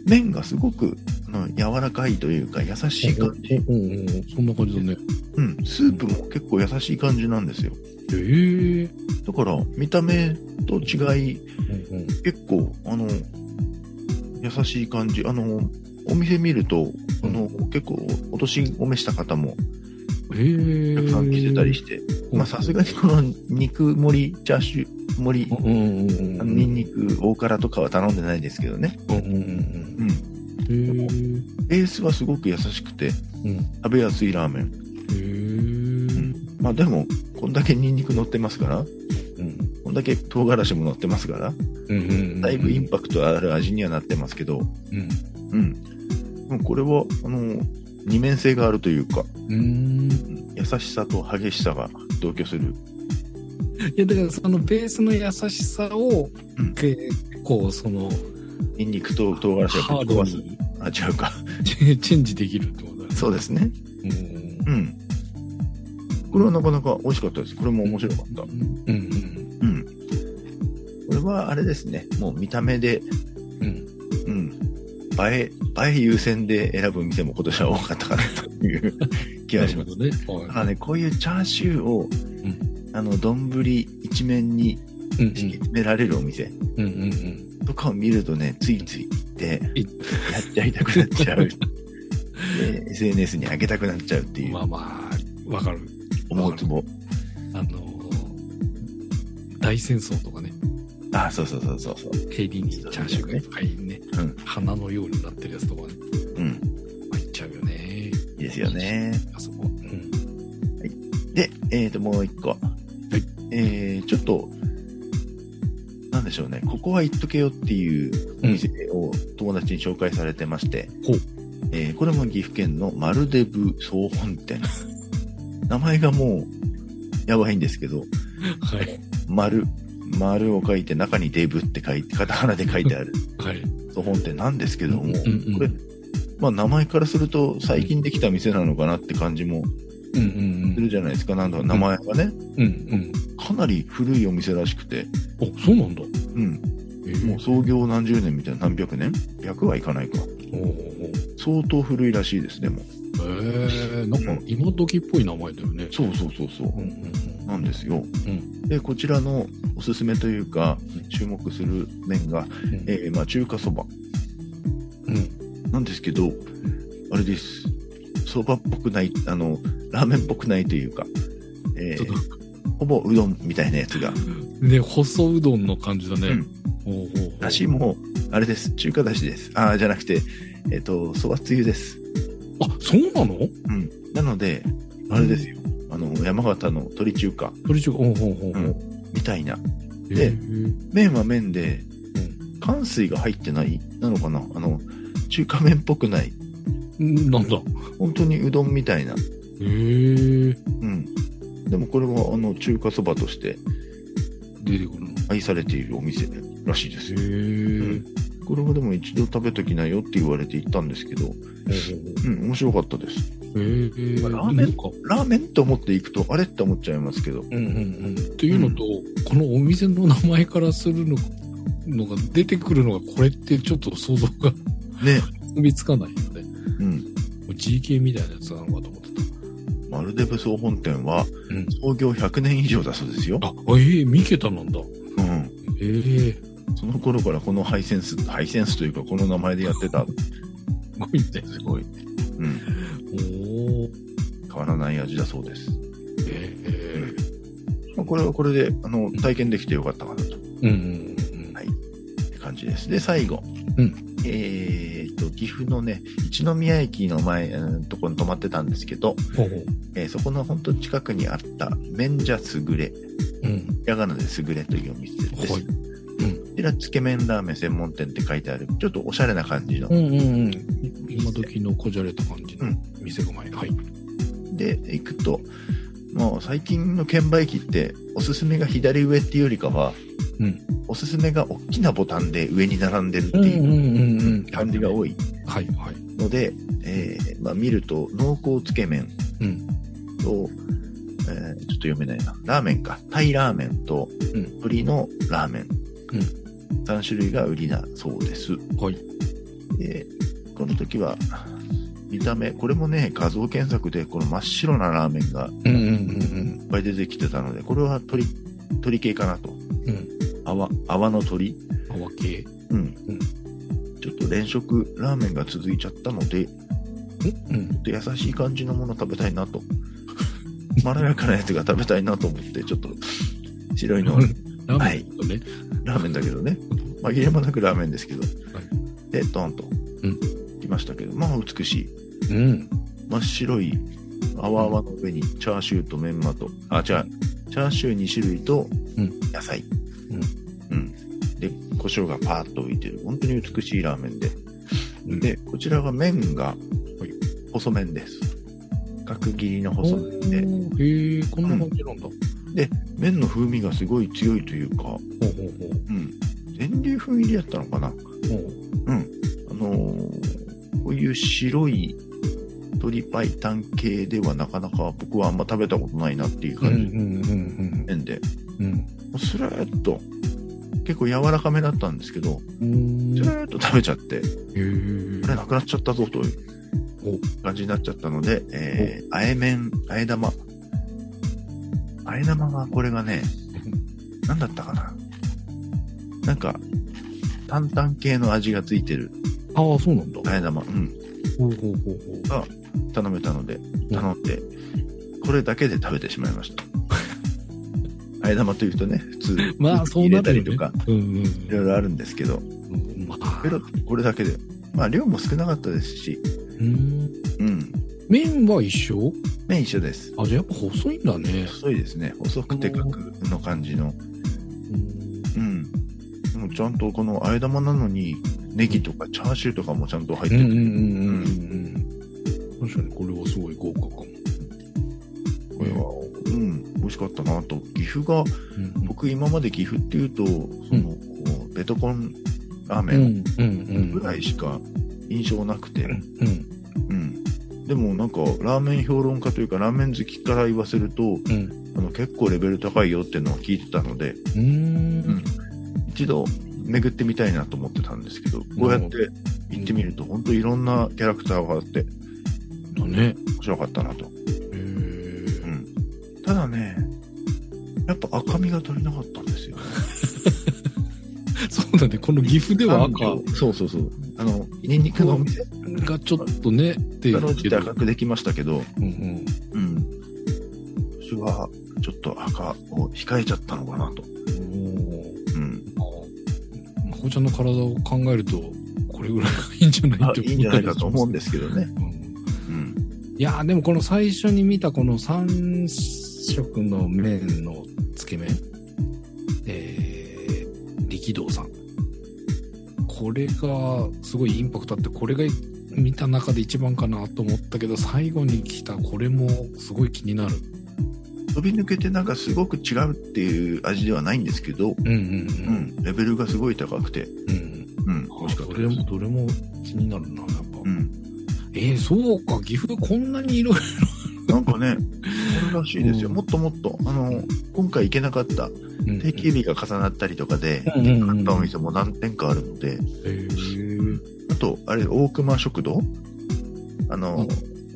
A: 麺がすごくあの柔らかいというか優しい感じ、
B: うんうんうんそんな感じだね
A: うん、スープも結構優しい感じなんですよ
B: ええ
A: だから見た目と違い
B: うんうん
A: 結構あの優しい感じあのお店見るとあの、結構お年を召した方も
B: ええ
A: たくさん来てたりして、まあさすがにこの肉盛りチャーシュー盛り、
B: うんうんうん
A: あ
B: う
A: の
B: ん
A: ニンニク大辛とかは頼んでないですけどね、
B: うんうんうん
A: うん、
B: うんへえ
A: ベースはすごく優しくて
B: うん
A: 食べやすいラーメン
B: へー
A: まあでもこんだけニンニク乗ってますから
B: うん
A: こんだけ唐辛子も乗ってますから
B: うんうん
A: だいぶインパクトある味にはなってますけど、
B: うん
A: うん。もうこれは、あの、二面性があるというか、
B: うん
A: うん優しさと激しさが同居する。
B: いやだからそのベースの優しさを
A: うん
B: 結構その
A: ニンニクと唐辛子
B: ハ
A: が
B: ー
A: ぶっ
B: ド
A: 壊す。
B: に
A: あ、違うか。
B: チェンジできるってことだね
A: そうですね。
B: うん
A: うん。これはなかなか美味しかったです。これも面白かった。
B: うんうん
A: うん。これはあれですね。もう見た目で、
B: うん
A: うん。映え、映え優先で選ぶ店も今年は多かったかなという 気がします。
B: なる
A: だ
B: ほどね
A: から
B: は
A: ね、こういうチャーシューを、
B: ん
A: あの、丼一面に
B: いう
A: 敷
B: ん
A: き詰められるお店
B: うんうんうん
A: とかを見るとね、ついつい行って、
B: 行
A: やっちゃいたくなっちゃ う。で、SNS に上げたくなっちゃうって
B: う
A: い
B: ん
A: う
B: まあまあわかる
A: 思うつぼ。
B: あのー大戦争とかね
A: あ、そうそうそうそうそう。
B: ヘリにチャーシューがいっぱいね
A: うん
B: 花のようになってるやつとかね
A: うん。
B: 入っちゃうよね
A: いいですよね。
B: あそこうん。
A: で、えーと、もう一個。はいえー、ちょっと、なんでしょうね。ここは行っとけよっていうお店を友達に紹介されてまして。
B: ほう
A: えーこれも岐阜県のマルデブ総本 店。名前がもう、やばいんですけど、
B: はい
A: 丸、丸を書いて中にデブって書いて、片花で書いてあ る
B: はい
A: そう本店なんですけども、
B: うんうんうん
A: これ、まあ名前からすると最近できた店なのかなって感じも
B: うん
A: するじゃないですか。なんだろう名前がね、
B: うんうんうん
A: かなり古いお店らしくて、
B: うんあそうなんだ
A: うん、
B: え
A: もう創業何十年みたいな何百年 ?100 はいかないか。
B: おうおうおう
A: 相当古いらしいですね、もう。
B: えー、なんか今時っぽい名前だよね。
A: そうそうそうそう
B: うんうんうん
A: なんですよ、
B: ん
A: でこちらのおすすめというか
B: うん
A: 注目する麺が、
B: うん
A: えーまあ、中華そば
B: うん
A: なんですけどあれですそばっぽくないあのラーメンっぽくないというか、えー
B: ちょっ
A: ほぼうどんみたいなやつが、
B: ね、細うどんの感じだね。
A: うん
B: ほうほうほう
A: だしもあれです中華だしですああじゃなくてえっ、とそばつゆです
B: あ、そうなの
A: うんなのであれですよあの山形の鳥中華
B: 鳥中華。ほうほうほうほう。
A: うんみたいな
B: え
A: で
B: ー
A: 麺は麺で乾水が入ってないなのかなあの中華麺っぽくない
B: うんなんだ。
A: 本当にうどんみたいな
B: へえ。
A: うんでもこれはあの中華そばとして
B: 出てくるの。
A: 愛されているお店らしいですよ
B: へえ。
A: これはでも一度食べときなよって言われて行ったんですけどうん面白かったですま
B: へえ。
A: あラーメン
B: なんか。
A: ラーメンと思って行くとあれって思っちゃいますけど
B: うんうんうん。っていうのと、このお店の名前からするののが出てくるのがこれってちょっと想像が
A: ね
B: 踏みつかないよね。
A: うん
B: もう GK みたいなやつなのかと思ってた。
A: 丸デブ総本店は
B: うん
A: 創業100年以上だそうですよ、
B: あ、ええ三桁なんだ。
A: うん、
B: ええ
A: その頃からこのハイセンスハイセンスというかこの名前でやってた
B: すごいね。
A: すごい、うん、
B: おお。
A: 変わらない味だそうです、
B: ええ
A: まあ、これはこれであの体験できてよかったかなとい
B: うんうんうんうん。
A: はいって感じですで最後、
B: うん
A: えー、と岐阜のね一宮駅の前うんとこに泊まってたんですけど、
B: ほうほう。
A: えーそこの本当近くにあった麺じゃすぐれ
B: うん。
A: やがなですぐれというお店です、
B: はい
A: こちらつけ麺ラーメン専門店って書いてあるちょっとおしゃれな感じの、
B: うんうんうん。今時のこじゃれた感じの店構え。はい。
A: で行くともう最近の券売機っておすすめが左上っていうよりかは、
B: うん
A: おすすめが大きなボタンで上に並んでるって
B: うんう
A: い
B: ん
A: う
B: うんうん。
A: 感じが多い
B: はいはい。
A: ので、えーまあ、見ると濃厚つけ麺
B: うん。
A: と、えーちょっと読めないなラーメンかタイラーメンと
B: うん
A: 鶏のラーメン、3種類が売りだそうです
B: はい。
A: でこの時は見た目これもね画像検索でこの真っ白なラーメンが
B: うんうんうん
A: いっぱい出てきてたので、これは鳥、鳥系かなと。
B: うん。うん。
A: 泡、泡の鳥。
B: 泡系。ん
A: うん。
B: うん
A: ちょっと連食ラーメンが続いちゃったので、ち
B: うん。
A: ょっと優しい感じのもの食べたいなと。 まろやかなやつが食べたいなと思って、ちょっと白いの、
B: ラーメンとね。
A: ラーメンだけどね。紛れもなくラーメンですけど
B: はい。
A: で、ドンと。
B: うん
A: 来ましたけど、まあ美しい。
B: うん。
A: 真っ白い泡泡の上にチャーシューとメンマと、あ、違う、チャーシュー2種類と
B: うん
A: 野菜。うん。で、胡椒がパーッと浮いてる。本当に美しいラーメンで。
B: うん
A: で、こちらが麺が
B: はい
A: 細麺です。角切りの細麺で、
B: おーへえ、こんな感じなんだ。ほ
A: 麺の風味がすごい強いというか、
B: うほうほう。
A: うん。全粒粉入りやったのかな
B: ほう
A: あのーこういう白い鶏白湯系ではなかなか僕はあんま食べたことないなっていう
B: うんう
A: 感じの
B: んうん
A: 麺で、
B: うん
A: もうスラーっと、結構柔らかめだったんですけど、
B: うん。
A: ス
B: へ
A: ラーっと食べちゃって、
B: え
A: これなくなっちゃったぞという感じになっちゃったので、えー、あえ麺、あえ玉。あえ玉がこれがね、なんだったかな。なんか、担々系の味がついてる
B: ああ、そうなんだ。
A: あえ玉、うん、
B: ほうほうほうほう。
A: 頼めたので、頼んで、これだけで食べてしまいま した。あえ玉というとね、普通、
B: まあ、そう
A: 入れ
B: なる
A: た
B: よ
A: り
B: ね
A: とか、。
B: うんうん
A: いろいろあるんですけど、
B: うん。まあ
A: ペ、ロッとこれだけで、まあ量も少なかったですし、
B: うん。
A: うん、
B: 麺は一緒
A: 麺一緒です。
B: あ、じゃあやっぱ細いんだね。
A: 細いですね細くて角の感じの
B: うん
A: うんでもちゃんとこのあえ玉なのにネギとかチャーシューとかもちゃんと入っ
B: う
A: て
B: ん
A: る、
B: うんうんうんうん。確かにこれはすごい豪華かも。
A: これはうん美味しかったなと岐阜が
B: うん
A: 僕今まで岐阜っていうとその、こうベトコンラーメ
B: うん
A: ン
B: うん
A: ぐらいしか印象なくて
B: うんうん
A: うんでもなんかラーメン評論家というかラーメン好きから言わせると
B: うん
A: あの結構レベル高いよっていうのは聞いてたので
B: うーん
A: 一度巡ってみたいなと思ってたんですけどこうやって行ってみると本当いろんなキャラクターがあって
B: だね。
A: 面白かったなと。
B: へー
A: ただね、やっぱ赤みが足りなかったんですよ。
B: そうだね。この岐阜では赤
A: そうそうそう。あの、ニンニクのお店か
B: がちょっとね、って
A: ろうじて
B: うん
A: 赤くできましたけど、
B: うん。
A: うん。今年はちょっと赤を控えちゃったのかなと。うん。
B: おーまこちゃんの体を考えると、これぐらいがいいんじゃない
A: あ
B: って
A: いいんじゃないかと思うん
B: で。
A: ですけどね。
B: うん
A: うん。
B: いやーでもこの最初に見たこの3色の麺のつけ麺、えー、力道さん。これがすごいインパクトあって、これが見た中で一番かなと思ったけど、最後に来たこれもすごい気になる。
A: 飛び抜けてなんかすごく違うっていう味ではないんですけど、
B: うんうん
A: う。ん。レベルがすごい高くて、
B: うんうん
A: うん。美
B: あ
A: 味しかっ
B: ど
A: た
B: れ
A: です
B: も、。どれも気になるな、やっぱ。
A: うん。
B: えー、そうか、岐阜こんなにいろいろ。
A: なんか ね、これらしいですよ。
B: うん
A: もっともっと、あの、今回行けなかった定期日が重なったりとかで、
B: うんうんうん
A: 買ったお店も何店かあるので、
B: えー、
A: あと、あれ、大熊食堂あの、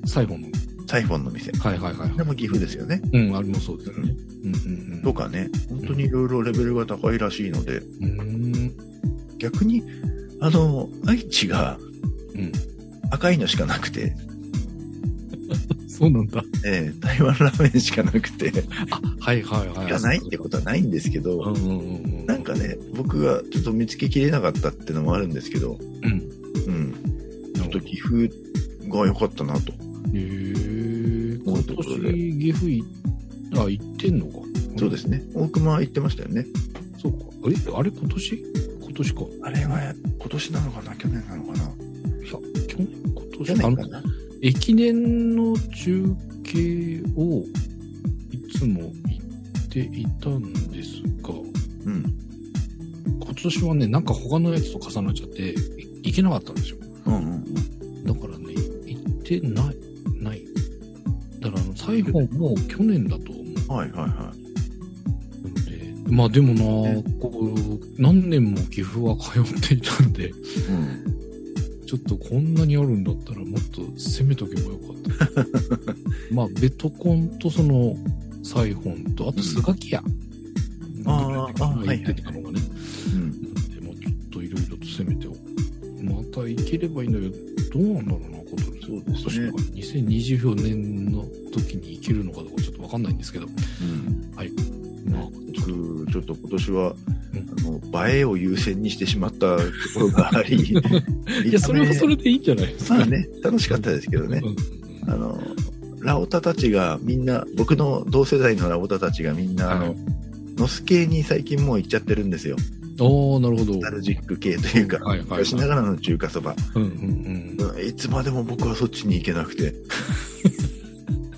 B: 最後の。
A: サイフォンの店。
B: はいはいはい。
A: でも岐阜ですよね。
B: うん、あれもそうですよね。うんうん
A: とかね、本当にいろいろレベルが高いらしいので、
B: うん。うん。
A: 逆に、あの、愛知が
B: うん。
A: 赤いのしかなくて、
B: そうなんだ。
A: えー台湾ラーメンしかなくて、
B: あ、はいはいはい。
A: いや、ないってことはないんですけ
B: う
A: ど
B: ん、うんうんうん。
A: なんかね、僕がちょっと見つけきれなかったってのもあるんですけど、
B: うん。
A: うん、
B: ち
A: ちょっと岐阜が良かったなと。
B: へー
A: 思
B: 今
A: うところで
B: 年岐阜い、あ、行ってんのか。。
A: そうですすね。大熊行ってましたよね。
B: そうか。え、あれ今年今年か。い
A: あれは今年なのかな去年なのかな
B: や、去年、今
A: 去
B: 年。あ
A: 年
B: の
A: かな
B: 駅伝の中継をいつも行っていたんですが、
A: うん。
B: 今年はね、なんか他のやつと重なっちゃって、い行けなかったんですよ。
A: うんうんうん。
B: だからね、行ってない、ない。だからあの、最後も去年だと思う
A: はいはいはい。
B: ので、まあでもな、こう、何年も岐阜は通っていたんで、
A: うん。
B: ちょっとこんなにあるんだったらもっと攻めとけばよか った。まあ、ベトコンとその、サイホンと、あと、スガキ屋。
A: あーあー
B: 言ってたのがね。
A: うん。
B: でも、ちょっといろいろと攻めておまた行ければいいんだけど、どうなんだろうな、今年。
A: そうですね
B: 今年とか2024年の時に行けるのかどうかちょっとわかんないんですけど、
A: うん。
B: まあ、ちょっと
A: 僕、ちょっと今年は、
B: ん
A: あの、映えを優先にしてしまったところがあ り、
B: いや、それはそれでいいんじゃない
A: 見た 目まあね、楽しかったですけどね
B: う。ん
A: あの、ラオタたちがみんな、僕の同世代のラオタたちがみんな、あ
B: は
A: の
B: い、
A: ノス系に最近もう行っちゃってるんですよ。
B: おー、なるほど
A: ノスタ。ルジック系というか、
B: はいはいはい
A: 昔ながらの中華そば。
B: うんうんうん。
A: うんいつまでも僕はそっちに行けなくて。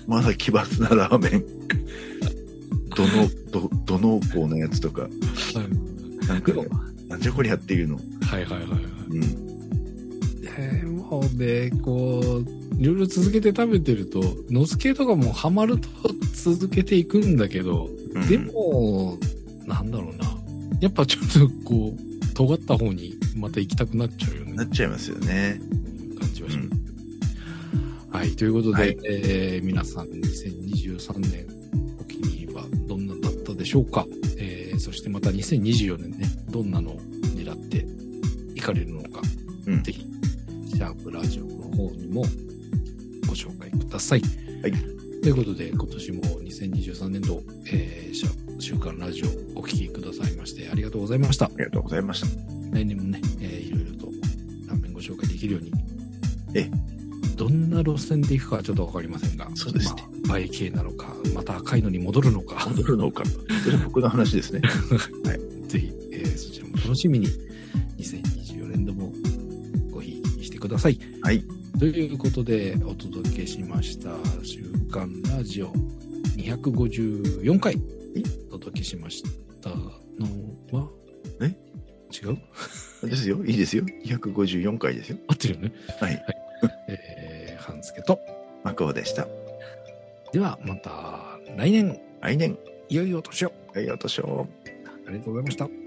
A: まだ奇抜なラーメン。どの、ど、ど濃厚なやつとか。なんかね、なんじゃこりゃっていうの。
B: はいはいはいはい。
A: うん。
B: えーもうね、こう、いろいろ続けて食べてると、のすけとかもハマると続けていくんだけど、
A: うん
B: で、も、なんだろうな。やっぱちょっとこう、尖った方にまた行きたくなっちゃうよね
A: な。っちゃいますよね。
B: 感じはします。はい、ということで、
A: はい
B: えー皆さん2023年お気に入りはどんなだったでしょうか、えーそしてまた2024年ね、どんなのを狙っていかれるのか、
A: うん
B: ぜひ、シャープラジオの方にもご紹介ください。
A: はい
B: ということで、今年も2023年度、えーシャープ週刊ラジオお聞きくださいましてありがとうございました
A: あ。りがとうございました。
B: 来年もね、えーいろいろとラーメンご紹介できるように、
A: ええ
B: どんな路線で行くかはちょっとわかりませんが、
A: そうですね
B: まあ、映え系なのか、また赤いのに戻るのか、
A: 戻るのか。それ僕の話ですね。
B: ぜひ、えーそちらも楽しみに、2024年度もごひいきにしてください。
A: はい。
B: ということで、お届けしました、週刊ラジオ254回
A: え、
B: お届けしましたのは、
A: え
B: 違う
A: ですよ。いいですよ。254回ですよ。
B: 合ってるよね。
A: はい。
B: えー、半助と、
A: マクオでした。
B: ではまた来年
A: 来年、
B: いよいよお年を
A: はい、お年を。
B: ありがとうございました。